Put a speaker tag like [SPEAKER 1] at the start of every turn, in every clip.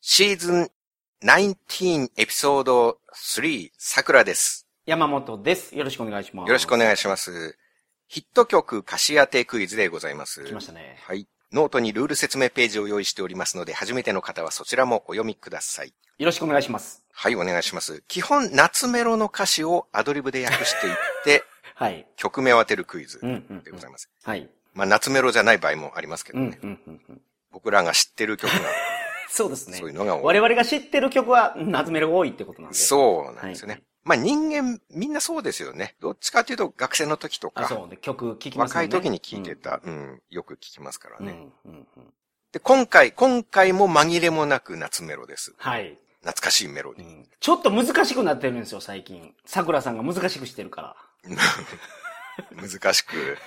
[SPEAKER 1] シーズン19エピソード3、桜です。
[SPEAKER 2] 山本です。よろしくお願いします。
[SPEAKER 1] よろしくお願いします。ヒット曲歌詞当てクイズでございます。
[SPEAKER 2] 来ましたね。
[SPEAKER 1] はい。ノートにルール説明ページを用意しておりますので、初めての方はそちらもお読みください。
[SPEAKER 2] よろしくお願いします。
[SPEAKER 1] はい、お願いします。基本、夏メロの歌詞をアドリブで訳してい って、
[SPEAKER 2] はい。
[SPEAKER 1] 曲名を当てるクイズ
[SPEAKER 2] うんうん、
[SPEAKER 1] で
[SPEAKER 2] う
[SPEAKER 1] ご
[SPEAKER 2] ん
[SPEAKER 1] ざい。ます。
[SPEAKER 2] はい。
[SPEAKER 1] まあ、夏メロじゃない場合もありますけど
[SPEAKER 2] うん、うん
[SPEAKER 1] ね。、
[SPEAKER 2] うんうん。
[SPEAKER 1] 僕らが知ってる曲が、
[SPEAKER 2] そうです ね
[SPEAKER 1] そうい。うのが多い。
[SPEAKER 2] 我々が知ってる曲は、うん夏メロが多いってことなんで。う。
[SPEAKER 1] そうなんですよね。
[SPEAKER 2] はい
[SPEAKER 1] まあ人間、みんなそうですよね。どっちかというと学生の時と
[SPEAKER 2] あ、
[SPEAKER 1] か、
[SPEAKER 2] そうね。曲聴きますも
[SPEAKER 1] 若
[SPEAKER 2] ん
[SPEAKER 1] い
[SPEAKER 2] ね。
[SPEAKER 1] 時に聞いてた、うん、よく聞きますから
[SPEAKER 2] うん。う
[SPEAKER 1] ね、
[SPEAKER 2] ん、うん、うん。
[SPEAKER 1] で、今回、今回も紛れもなく夏メロです。
[SPEAKER 2] はい、
[SPEAKER 1] 懐かしいメロ
[SPEAKER 2] う
[SPEAKER 1] ディ
[SPEAKER 2] ん。ちょっと難しくなってるんですよ、最近。桜さんが難しくしてるから。
[SPEAKER 1] ー。 難しく。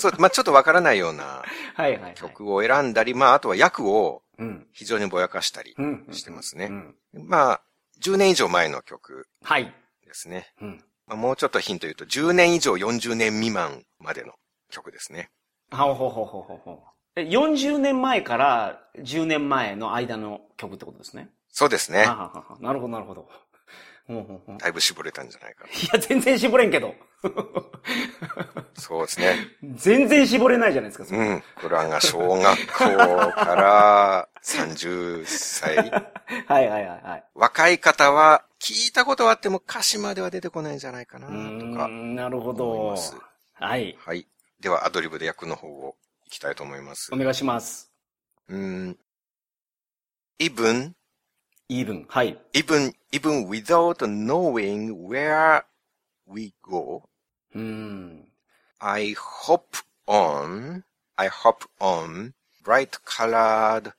[SPEAKER 1] そう、まあちょっとわからないような
[SPEAKER 2] はい、はい、はい。。
[SPEAKER 1] 曲を選んだり、まああとは役を
[SPEAKER 2] うん。
[SPEAKER 1] 非常にぼやかしたり
[SPEAKER 2] う。ん。うん
[SPEAKER 1] してますね
[SPEAKER 2] うん。
[SPEAKER 1] まあ、10年以上前の曲
[SPEAKER 2] はい。
[SPEAKER 1] ですね。
[SPEAKER 2] うん。
[SPEAKER 1] まあ、もうちょっとヒント言うと、10年以上40年未満までの曲ですね。
[SPEAKER 2] はほほほほほほ。え、40年前から10年前の間の曲ってことですね。
[SPEAKER 1] そうですね
[SPEAKER 2] あ。はははなるほど、なるほど。ほうほうほうい
[SPEAKER 1] だいぶ絞れたんじゃないかな。
[SPEAKER 2] や、全然絞れんけど。
[SPEAKER 1] そうですね。
[SPEAKER 2] 全然絞れないじゃないですか、それ
[SPEAKER 1] うん。僕らが小学校から30歳。
[SPEAKER 2] はいはいはいはい。
[SPEAKER 1] 若い方は聞いたことはあっても歌詞までは出てこないんじゃないかな
[SPEAKER 2] うー
[SPEAKER 1] とか。
[SPEAKER 2] ん、なるほ
[SPEAKER 1] 思い
[SPEAKER 2] ど
[SPEAKER 1] ます。
[SPEAKER 2] はい。
[SPEAKER 1] はい。ではアドリブで役の方をいきたいと思います
[SPEAKER 2] お。願いします。
[SPEAKER 1] うん。even,
[SPEAKER 2] even. はい。
[SPEAKER 1] even, even without knowing where we go,
[SPEAKER 2] うーん。
[SPEAKER 1] I hop on, I hop on bright colored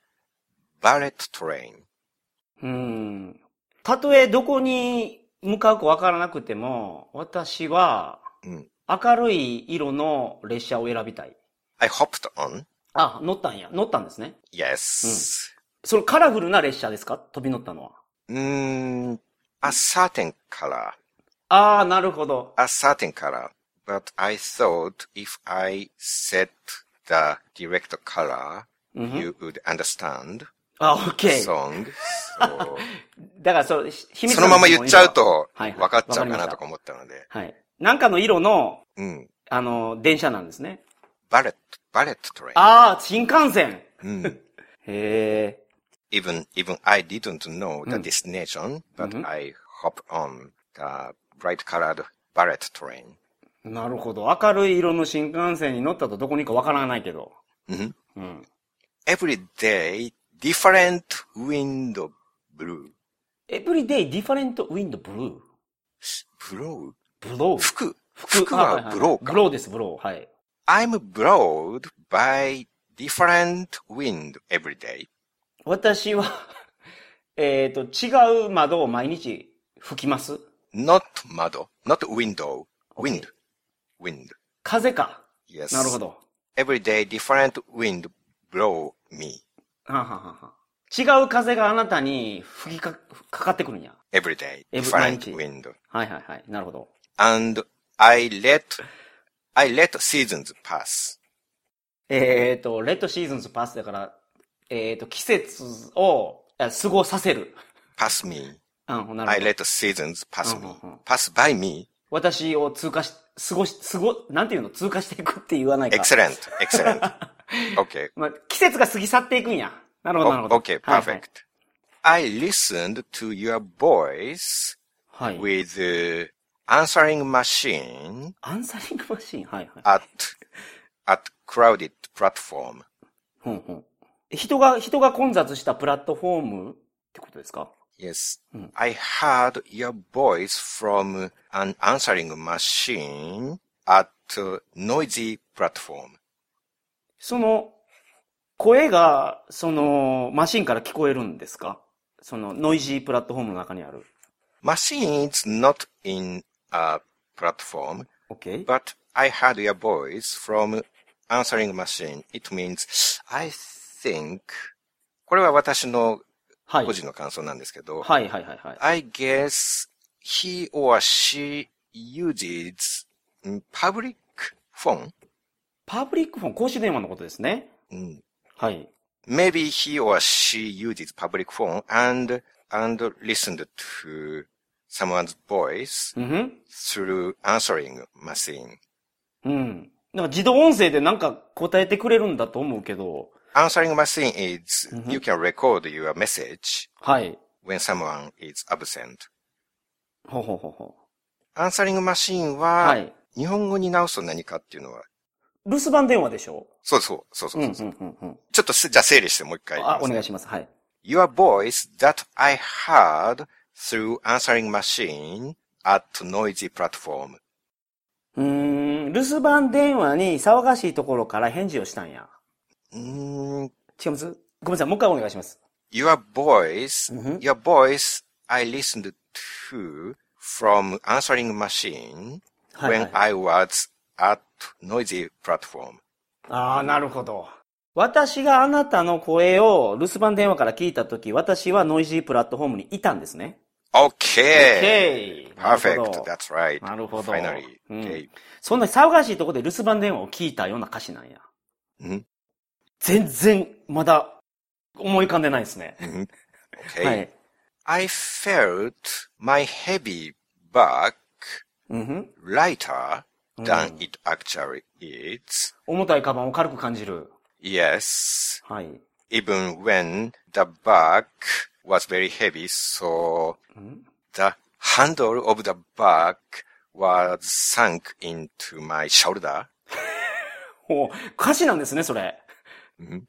[SPEAKER 1] ballet train.
[SPEAKER 2] うーん。たとえどこに向かうかわからなくても、私は
[SPEAKER 1] うん。
[SPEAKER 2] 明るい色の列車を選びたい。
[SPEAKER 1] I hopped on,
[SPEAKER 2] あ、乗ったんや。乗ったんですね。
[SPEAKER 1] yes.
[SPEAKER 2] そのカラフルな列車ですか飛び乗ったのは。
[SPEAKER 1] Mm, a certain color,
[SPEAKER 2] ああ、なるほど。
[SPEAKER 1] a certain color. But I thought if I said the direct color,
[SPEAKER 2] うんふん
[SPEAKER 1] you would understand
[SPEAKER 2] あ、オッケ
[SPEAKER 1] the
[SPEAKER 2] ー。
[SPEAKER 1] song. So,
[SPEAKER 2] だからそれ、ひ秘密
[SPEAKER 1] そのまま言っちゃうと
[SPEAKER 2] はいはい
[SPEAKER 1] 分かっちゃうか
[SPEAKER 2] わかりまし
[SPEAKER 1] な
[SPEAKER 2] た
[SPEAKER 1] とか思ったので。
[SPEAKER 2] はい。なんかの色の、
[SPEAKER 1] うん。
[SPEAKER 2] あの、電車なんですね。
[SPEAKER 1] バレット、バレットトレイン。
[SPEAKER 2] ああ、新幹線
[SPEAKER 1] うん。
[SPEAKER 2] へえ。
[SPEAKER 1] even, even I didn't know the
[SPEAKER 2] うん
[SPEAKER 1] destination, but
[SPEAKER 2] うん
[SPEAKER 1] I hop on the bright colored Barrett train.
[SPEAKER 2] なるほど。明るい色の新幹線に乗ったとどこに行くかわからないけど。
[SPEAKER 1] Mhm.
[SPEAKER 2] うん。
[SPEAKER 1] Every day, different window blue.
[SPEAKER 2] エブリデイディファレントウィンドブルー。
[SPEAKER 1] blow?
[SPEAKER 2] ブロー。
[SPEAKER 1] 服。服
[SPEAKER 2] ah,
[SPEAKER 1] はブロー
[SPEAKER 2] ブ
[SPEAKER 1] か。
[SPEAKER 2] ローです、ブロー。はい。
[SPEAKER 1] I'm blowed by different wind every day.
[SPEAKER 2] 私は、 えっと、違う窓を毎日吹きます。
[SPEAKER 1] Not 窓。Not window. Wind. Wind.
[SPEAKER 2] 風か。
[SPEAKER 1] Yes.
[SPEAKER 2] なるほど。
[SPEAKER 1] Every day, different wind blow me.
[SPEAKER 2] はんはんはんはん違う風があなたに吹きか、かかってくるんや。
[SPEAKER 1] Every day,
[SPEAKER 2] Every-
[SPEAKER 1] different
[SPEAKER 2] 毎日
[SPEAKER 1] wind.
[SPEAKER 2] はいはいはい。なるほど。
[SPEAKER 1] and I let I let seasons pass.
[SPEAKER 2] えっ、と、レッドシーズンズパスだから、えっ、と、季節をあ過ごさせる。
[SPEAKER 1] Pass me.
[SPEAKER 2] うん、なる
[SPEAKER 1] I
[SPEAKER 2] ほど。
[SPEAKER 1] let seasons pass me.
[SPEAKER 2] うんうんうん
[SPEAKER 1] Pass by me.
[SPEAKER 2] 私を通過し、過ごし、過ご、なんていうの通過していくって言わないか。
[SPEAKER 1] Excellent. Excellent. Okay.
[SPEAKER 2] まあ、季節が過ぎ去っていくんや。なるほど、なるほ
[SPEAKER 1] O-
[SPEAKER 2] ど。
[SPEAKER 1] okay.
[SPEAKER 2] はいはい
[SPEAKER 1] Perfect. I listened to your voice
[SPEAKER 2] はい。
[SPEAKER 1] with the answering machine
[SPEAKER 2] アンサリングマシーン。はいはい。
[SPEAKER 1] at at crowded platform.
[SPEAKER 2] ほんほん。人が、人が混雑したプラットフォームってことですか
[SPEAKER 1] Yes.
[SPEAKER 2] Mm.
[SPEAKER 1] I heard your voice from an answering machine at a noisy platform.
[SPEAKER 2] その、声が、その、マシンから聞こえるんですかその、ノイジープラットフォームの中にある。
[SPEAKER 1] Machine is not in a platform,
[SPEAKER 2] OK?
[SPEAKER 1] but I heard your voice from answering machine. It means, I think, これは私の
[SPEAKER 2] はい。
[SPEAKER 1] 個人の感想なんですけど、
[SPEAKER 2] はいはいはいはい。
[SPEAKER 1] I guess he or she uses mm, public phone.
[SPEAKER 2] パブリックフォン、公衆電話のことですね。
[SPEAKER 1] うん
[SPEAKER 2] はい。
[SPEAKER 1] maybe he or she uses public phone and, and listened to someone's voice
[SPEAKER 2] うん。
[SPEAKER 1] through answering machine.
[SPEAKER 2] うん。なんか自動音声でなんか答えてくれるんだと思うけど、
[SPEAKER 1] Answering machine is
[SPEAKER 2] Mhm.
[SPEAKER 1] you can record your message
[SPEAKER 2] はい。
[SPEAKER 1] when someone is absent.
[SPEAKER 2] ほうほうほうほ
[SPEAKER 1] answering machine
[SPEAKER 2] う。は
[SPEAKER 1] は、
[SPEAKER 2] い。
[SPEAKER 1] 日本語に直すと何かっていうのは、
[SPEAKER 2] 留守番電話でしょ、
[SPEAKER 1] そうそう、そうそううん
[SPEAKER 2] う
[SPEAKER 1] そ
[SPEAKER 2] ん
[SPEAKER 1] う、
[SPEAKER 2] うん、うん。
[SPEAKER 1] ちょっとす、じゃあ整理してもう一回言いま
[SPEAKER 2] あ
[SPEAKER 1] す、ね。、
[SPEAKER 2] お願いします。はい。
[SPEAKER 1] Your voice that I heard through answering machine at noisy platform.
[SPEAKER 2] うーん、留守番電話に騒がしいところから返事をしたんや。
[SPEAKER 1] うーん
[SPEAKER 2] 違いますごめんなさい、もう一回お願いします。
[SPEAKER 1] Your voice,
[SPEAKER 2] うんふん
[SPEAKER 1] your voice I listened to from answering machine
[SPEAKER 2] はい、は
[SPEAKER 1] when
[SPEAKER 2] い。
[SPEAKER 1] I was at noisy platform.
[SPEAKER 2] ああ、なるほど。私があなたの声を留守番電話から聞いたとき、私はノイジープラットフォームにいたんですね。
[SPEAKER 1] Okay.
[SPEAKER 2] OK! なるほ
[SPEAKER 1] Perfect.
[SPEAKER 2] ど
[SPEAKER 1] That's right.
[SPEAKER 2] なるほど。
[SPEAKER 1] Finally.
[SPEAKER 2] うん
[SPEAKER 1] Okay.
[SPEAKER 2] そんな騒がしいところで留守番電話を聞いたような歌詞なんや。
[SPEAKER 1] うん
[SPEAKER 2] 全然、まだ、思い浮かんでないですね。
[SPEAKER 1] Mhm.
[SPEAKER 2] は
[SPEAKER 1] Okay.
[SPEAKER 2] い。
[SPEAKER 1] I felt my heavy back
[SPEAKER 2] うんふん
[SPEAKER 1] lighter
[SPEAKER 2] う
[SPEAKER 1] than
[SPEAKER 2] ん
[SPEAKER 1] it actually is.
[SPEAKER 2] 重たいカバンを軽く感じる。
[SPEAKER 1] Yes,
[SPEAKER 2] はい。
[SPEAKER 1] even when the bag was very heavy, so the handle of the bag was sunk into my shoulder.
[SPEAKER 2] お、歌詞なんですね、それ。
[SPEAKER 1] うん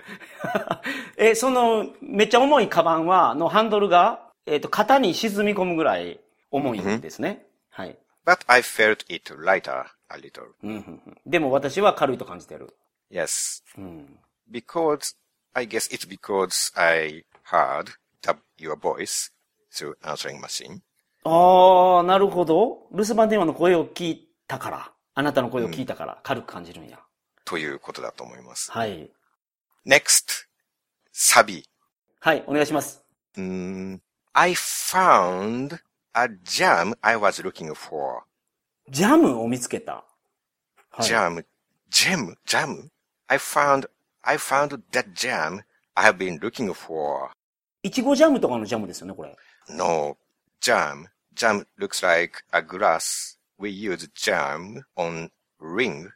[SPEAKER 2] え、その、めっちゃ重いカバンは、のハンドルが、えっ、と、肩に沈み込むぐらい重いんですね。はい、
[SPEAKER 1] But I felt it lighter a little.
[SPEAKER 2] うんうんうん。でも私は軽いと感じてる。
[SPEAKER 1] Yes,
[SPEAKER 2] うん。
[SPEAKER 1] because I guess it's because I heard the, your voice through answering machine.
[SPEAKER 2] あー、なるほど。留守番電話の声を聞いたから、あなたの声を聞いたから、軽く感じるんや。
[SPEAKER 1] ということだと思います。
[SPEAKER 2] はい。
[SPEAKER 1] Next, サビ。
[SPEAKER 2] はい、お願いします。
[SPEAKER 1] Mm, I found a jam I was looking for.
[SPEAKER 2] ジャムを見つけた。はい。
[SPEAKER 1] Jam, jam, jam. I found, I found that jam I have been looking for.
[SPEAKER 2] いちごジャムとかのジャムですよね、これ。
[SPEAKER 1] No, jam. Jam looks like a glass. We use jam on ring.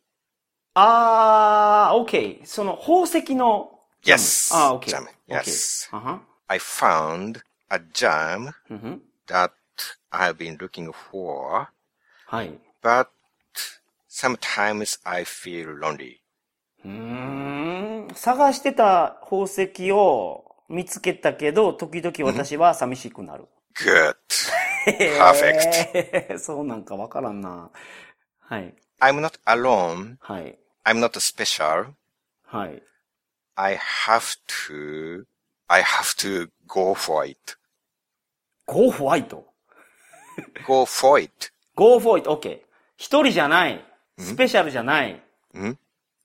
[SPEAKER 2] あー、オッケー。その、宝石のジャム。
[SPEAKER 1] Yes.
[SPEAKER 2] あー、オッケー。
[SPEAKER 1] ジャム Yes.
[SPEAKER 2] あは。
[SPEAKER 1] I found a jam
[SPEAKER 2] うんふん
[SPEAKER 1] that I have been looking for,
[SPEAKER 2] はい。
[SPEAKER 1] but sometimes I feel lonely.
[SPEAKER 2] うーん探してた宝石を見つけたけど、時々私は寂しくなる。
[SPEAKER 1] Good.
[SPEAKER 2] へー そうなんかわからんな。はい、
[SPEAKER 1] I'm not alone.
[SPEAKER 2] はい、
[SPEAKER 1] I'm not special.
[SPEAKER 2] はい。
[SPEAKER 1] I have to, I have to go for it.
[SPEAKER 2] ゴーファイト。
[SPEAKER 1] Go for it.
[SPEAKER 2] ゴーファイト、オッケー。一人じゃない。スペシャルじゃない。
[SPEAKER 1] ん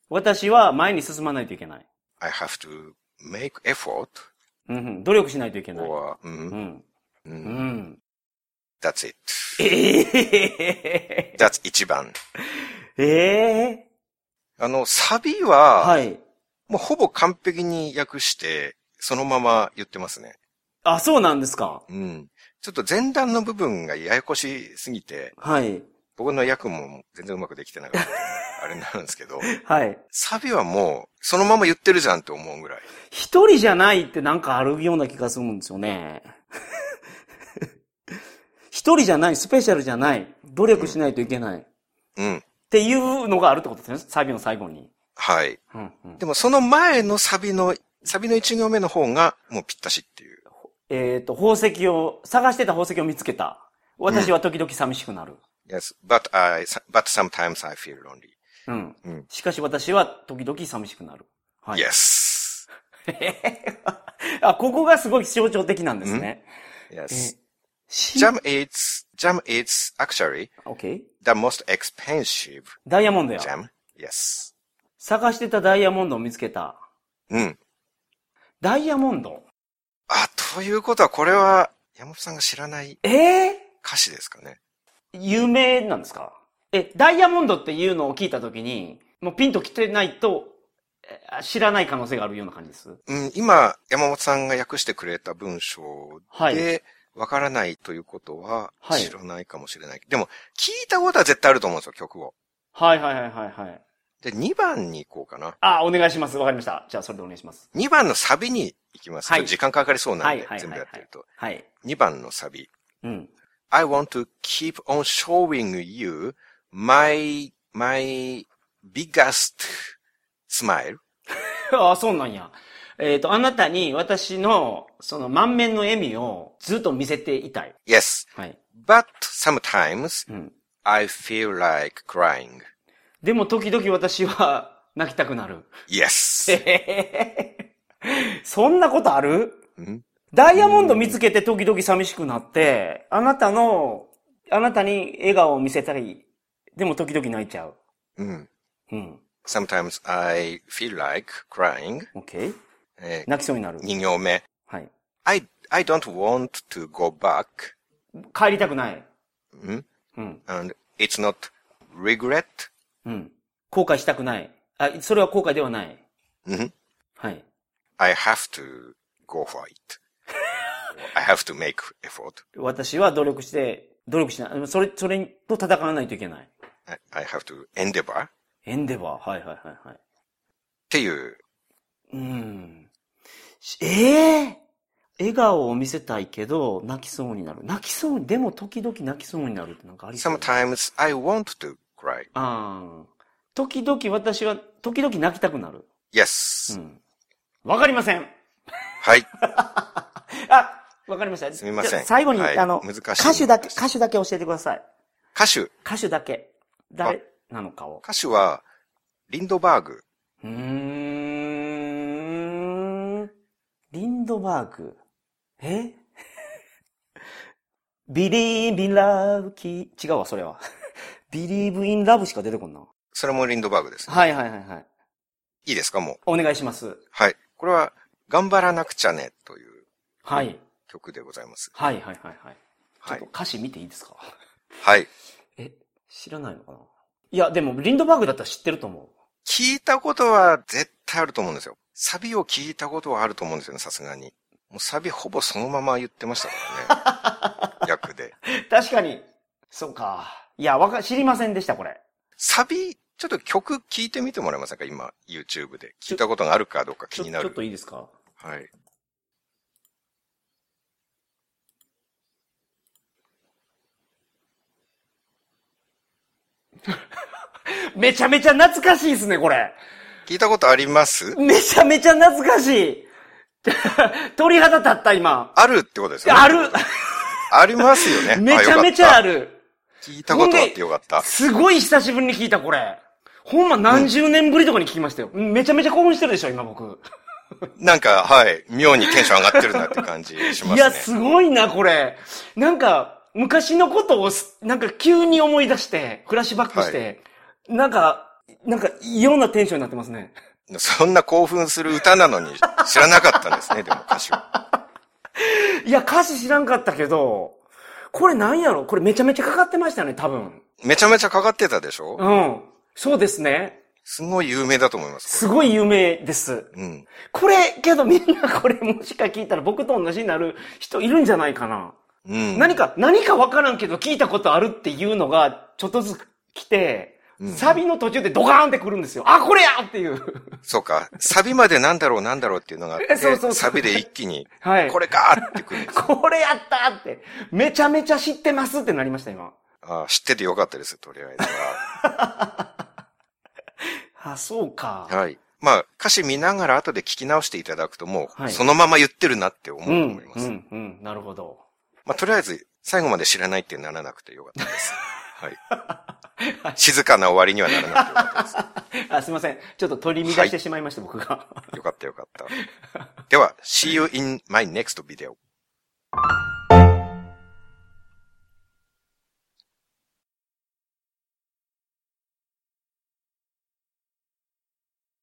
[SPEAKER 2] 私は前に進まないといけない。
[SPEAKER 1] I have to make effort
[SPEAKER 2] うんうん、努力しないといけない。
[SPEAKER 1] or,
[SPEAKER 2] う
[SPEAKER 1] mm,
[SPEAKER 2] ん。
[SPEAKER 1] う
[SPEAKER 2] うんん。
[SPEAKER 1] that's it.
[SPEAKER 2] ええ
[SPEAKER 1] That's 一番。
[SPEAKER 2] ー、え
[SPEAKER 1] あの、サビ
[SPEAKER 2] ー、
[SPEAKER 1] は、
[SPEAKER 2] はい。
[SPEAKER 1] もうほぼ完璧に訳して、そのまま言ってますね。
[SPEAKER 2] あ、そうなんですか。
[SPEAKER 1] うん。ちょっと前段の部分がややこしすぎて、
[SPEAKER 2] はい。
[SPEAKER 1] 僕の訳も全然うまくできてなか ったんで。あれなんですけど、
[SPEAKER 2] はい。
[SPEAKER 1] サビはもう、そのまま言ってるじゃんと思うぐらい。
[SPEAKER 2] 一人じゃないってなんかあるような気がするんですよね。 一人じゃない、スペシャルじゃない、努力しないといけない。っ
[SPEAKER 1] うん。
[SPEAKER 2] ていうのがあるってことですね、サビの最後に。
[SPEAKER 1] はい。
[SPEAKER 2] うんうん
[SPEAKER 1] でもその前のサビの、サビの1行目の方がもうぴったしっていう。
[SPEAKER 2] えっ、と、宝石を、探してた宝石を見つけた。私は時々寂しくなる。
[SPEAKER 1] Yes, but I, but sometimes I feel lonely.
[SPEAKER 2] うん。
[SPEAKER 1] うん
[SPEAKER 2] しかし私は時々寂しくなる。はい。
[SPEAKER 1] Yes.
[SPEAKER 2] あ、ここがすごい象徴的なんですね。
[SPEAKER 1] Yes.
[SPEAKER 2] し
[SPEAKER 1] Jam is, jam is actually
[SPEAKER 2] OK?
[SPEAKER 1] the most expensive
[SPEAKER 2] ダイヤモンドや。
[SPEAKER 1] jam. Yes.
[SPEAKER 2] 探してたダイヤモンドを見つけた。
[SPEAKER 1] うん。
[SPEAKER 2] ダイヤモンド
[SPEAKER 1] あ、ということはこれは山本さんが知らない
[SPEAKER 2] ええ
[SPEAKER 1] 歌詞ですかね。
[SPEAKER 2] 有名なんですかえ、ダイヤモンドっていうのを聞いたときに、もうピンと来てないと、えー知らない可能性があるような感じです。
[SPEAKER 1] うん、今、山本さんが訳してくれた文章
[SPEAKER 2] はい
[SPEAKER 1] で、わからないということは
[SPEAKER 2] はい
[SPEAKER 1] 知らないかもしれない。でも、聞いたことは絶対あると思うんですよ、曲を。
[SPEAKER 2] はいはいはいはいはい。
[SPEAKER 1] で、2番に行こうかな。
[SPEAKER 2] あ、お願いします。わかりました。じゃあ、それでお願いします。
[SPEAKER 1] 2番のサビに行きます。
[SPEAKER 2] はい
[SPEAKER 1] ちょっと時間かかりそうなんで、
[SPEAKER 2] はいはいはいはい
[SPEAKER 1] 全部やってると。
[SPEAKER 2] はい。
[SPEAKER 1] 2番のサビ。
[SPEAKER 2] うん。
[SPEAKER 1] I want to keep on showing you my, my biggest smile.
[SPEAKER 2] あ、そうなんや。えっ、と、あなたに私の、その満面の笑みをずっと見せていたい。
[SPEAKER 1] Yes,
[SPEAKER 2] はい。
[SPEAKER 1] but sometimes
[SPEAKER 2] うん。
[SPEAKER 1] I feel like crying.
[SPEAKER 2] でも、時々私は泣きたくなる。
[SPEAKER 1] Yes.
[SPEAKER 2] えー そんなことある
[SPEAKER 1] うん
[SPEAKER 2] ダイヤモンド見つけて時々寂しくなって、あなたの、あなたに笑顔を見せたり、でも時々泣いちゃう。
[SPEAKER 1] うん
[SPEAKER 2] うん。
[SPEAKER 1] Sometimes I feel like crying.
[SPEAKER 2] OK?
[SPEAKER 1] え
[SPEAKER 2] 泣きそうになる。
[SPEAKER 1] 2行目。
[SPEAKER 2] はい。
[SPEAKER 1] I, I don't want to go back.
[SPEAKER 2] 帰りたくない。
[SPEAKER 1] うん
[SPEAKER 2] うん。
[SPEAKER 1] And it's not regret.
[SPEAKER 2] うん。後悔したくない。あ、それは後悔ではない。
[SPEAKER 1] うん
[SPEAKER 2] はい。
[SPEAKER 1] I have to go for it. I have to make effort.
[SPEAKER 2] 私は努力して、努力しない。それ、それと戦わないといけない。
[SPEAKER 1] I, I have to endeavor.
[SPEAKER 2] エンデバー。はいはいはいはい。
[SPEAKER 1] っていう、
[SPEAKER 2] うん。しええ笑顔を見せたいけど、泣きそうになる。泣きそうに、でも時々泣きそうになるってなんかありそう。
[SPEAKER 1] sometimes I want to cry.
[SPEAKER 2] ああ。時々私は、時々泣きたくなる。う
[SPEAKER 1] Yes.
[SPEAKER 2] ん。わかりません。
[SPEAKER 1] はい。
[SPEAKER 2] あ、わかりました。
[SPEAKER 1] すみません
[SPEAKER 2] じゃあ最後に、
[SPEAKER 1] はい
[SPEAKER 2] あの、
[SPEAKER 1] 難しい
[SPEAKER 2] 歌手だけ、歌手だけ教えてください。
[SPEAKER 1] 歌手。
[SPEAKER 2] 歌手だけ。誰なのかを。
[SPEAKER 1] 歌手は、リンドバーグ。
[SPEAKER 2] うーん。リンドバーグ。え ?Believe in love, き違うわ、それは。Believe in love しか出てこんな。
[SPEAKER 1] それもリンドバーグですね。
[SPEAKER 2] はいはいはいはい。
[SPEAKER 1] いいですか、もう。
[SPEAKER 2] お願いします。
[SPEAKER 1] はい。これは、頑張らなくちゃね、という
[SPEAKER 2] はい。
[SPEAKER 1] 曲でございます。
[SPEAKER 2] はいはいはいはい。ちょ
[SPEAKER 1] は
[SPEAKER 2] っ
[SPEAKER 1] い
[SPEAKER 2] と。歌詞見ていいですか
[SPEAKER 1] はい。
[SPEAKER 2] え、知らないのかないや、でも、リンドバーグだったら知ってると思う。
[SPEAKER 1] 聞いたことは絶対あると思うんですよ。サビを聞いたことはあると思うんですよね、さすがに。もうサビほぼそのまま言ってました からね。役で。
[SPEAKER 2] 確かに。そうか。いや、わか、知りませんでした、これ。
[SPEAKER 1] サビ、ちょっと曲聞いてみてもらえませんか今、YouTube で。聞いたことがあるかどうか
[SPEAKER 2] ち
[SPEAKER 1] 気
[SPEAKER 2] ょ
[SPEAKER 1] にな
[SPEAKER 2] ちょっ
[SPEAKER 1] る。
[SPEAKER 2] といいですか
[SPEAKER 1] はい。
[SPEAKER 2] めちゃめちゃ懐かしいですね、これ。
[SPEAKER 1] 聞いたことあります
[SPEAKER 2] めちゃめちゃ懐かしい。 鳥肌立った、今。
[SPEAKER 1] あるってことですよね。
[SPEAKER 2] ある
[SPEAKER 1] ありますよね。
[SPEAKER 2] めちゃめち
[SPEAKER 1] あ
[SPEAKER 2] ゃあ
[SPEAKER 1] よかっ
[SPEAKER 2] る。
[SPEAKER 1] た聞いたことあってよかった。
[SPEAKER 2] すごい久しぶりに聞いた、これ。ほんま何十年ぶりとかに聞きましたよ。めちゃめちゃ興奮してるでしょ、今僕。
[SPEAKER 1] なんか、はい。妙にテンション上がってるなって感じしますね。
[SPEAKER 2] いや、すごいな、これ。なんか、昔のことをす、なんか急に思い出して、フラッシュバックして、なんか、なんか異様なテンションになってますね。
[SPEAKER 1] そんな興奮する歌なのに知らなかったんですね、でも歌詞は。
[SPEAKER 2] いや、歌詞知らんかったけど、これなんやろこれめちゃめちゃかかってましたね、多分。
[SPEAKER 1] めちゃめちゃかかってたでしょ
[SPEAKER 2] うん。そうですね。
[SPEAKER 1] すごい有名だと思います。
[SPEAKER 2] すごい有名です。
[SPEAKER 1] うん。
[SPEAKER 2] これ、けどみんなこれもしか聞いたら僕と同じになる人いるんじゃないかな。
[SPEAKER 1] うん。
[SPEAKER 2] 何か、何かわからんけど聞いたことあるっていうのが、ちょっとずつ来て、サビの途中でドカーンって来るんですよ。あ、これやっていう。
[SPEAKER 1] そうか。サビまでなんだろうなんだろうっていうのがあって、
[SPEAKER 2] そうそうそう
[SPEAKER 1] サビで一気に、
[SPEAKER 2] はい。
[SPEAKER 1] これかーってくるんです。
[SPEAKER 2] これやったーって、めちゃめちゃ知ってますってなりました、今。
[SPEAKER 1] あー知っててよかったです、とりあえずは。
[SPEAKER 2] あ、そうか。
[SPEAKER 1] はい。まあ、歌詞見ながら後で聞き直していただくともう、
[SPEAKER 2] はい
[SPEAKER 1] そのまま言ってるなって思うと
[SPEAKER 2] う
[SPEAKER 1] 思
[SPEAKER 2] ん
[SPEAKER 1] い、ま
[SPEAKER 2] う
[SPEAKER 1] す。
[SPEAKER 2] ん、うん、なるほど。
[SPEAKER 1] まあ、とりあえず、最後まで知らないってならなくてよかったです。はい。 静かな終わりにはならなくてよかったで
[SPEAKER 2] あ、すいません。ちょっと取り乱してしまいました、僕が。
[SPEAKER 1] す。よかったよかった。では、see you in my next video.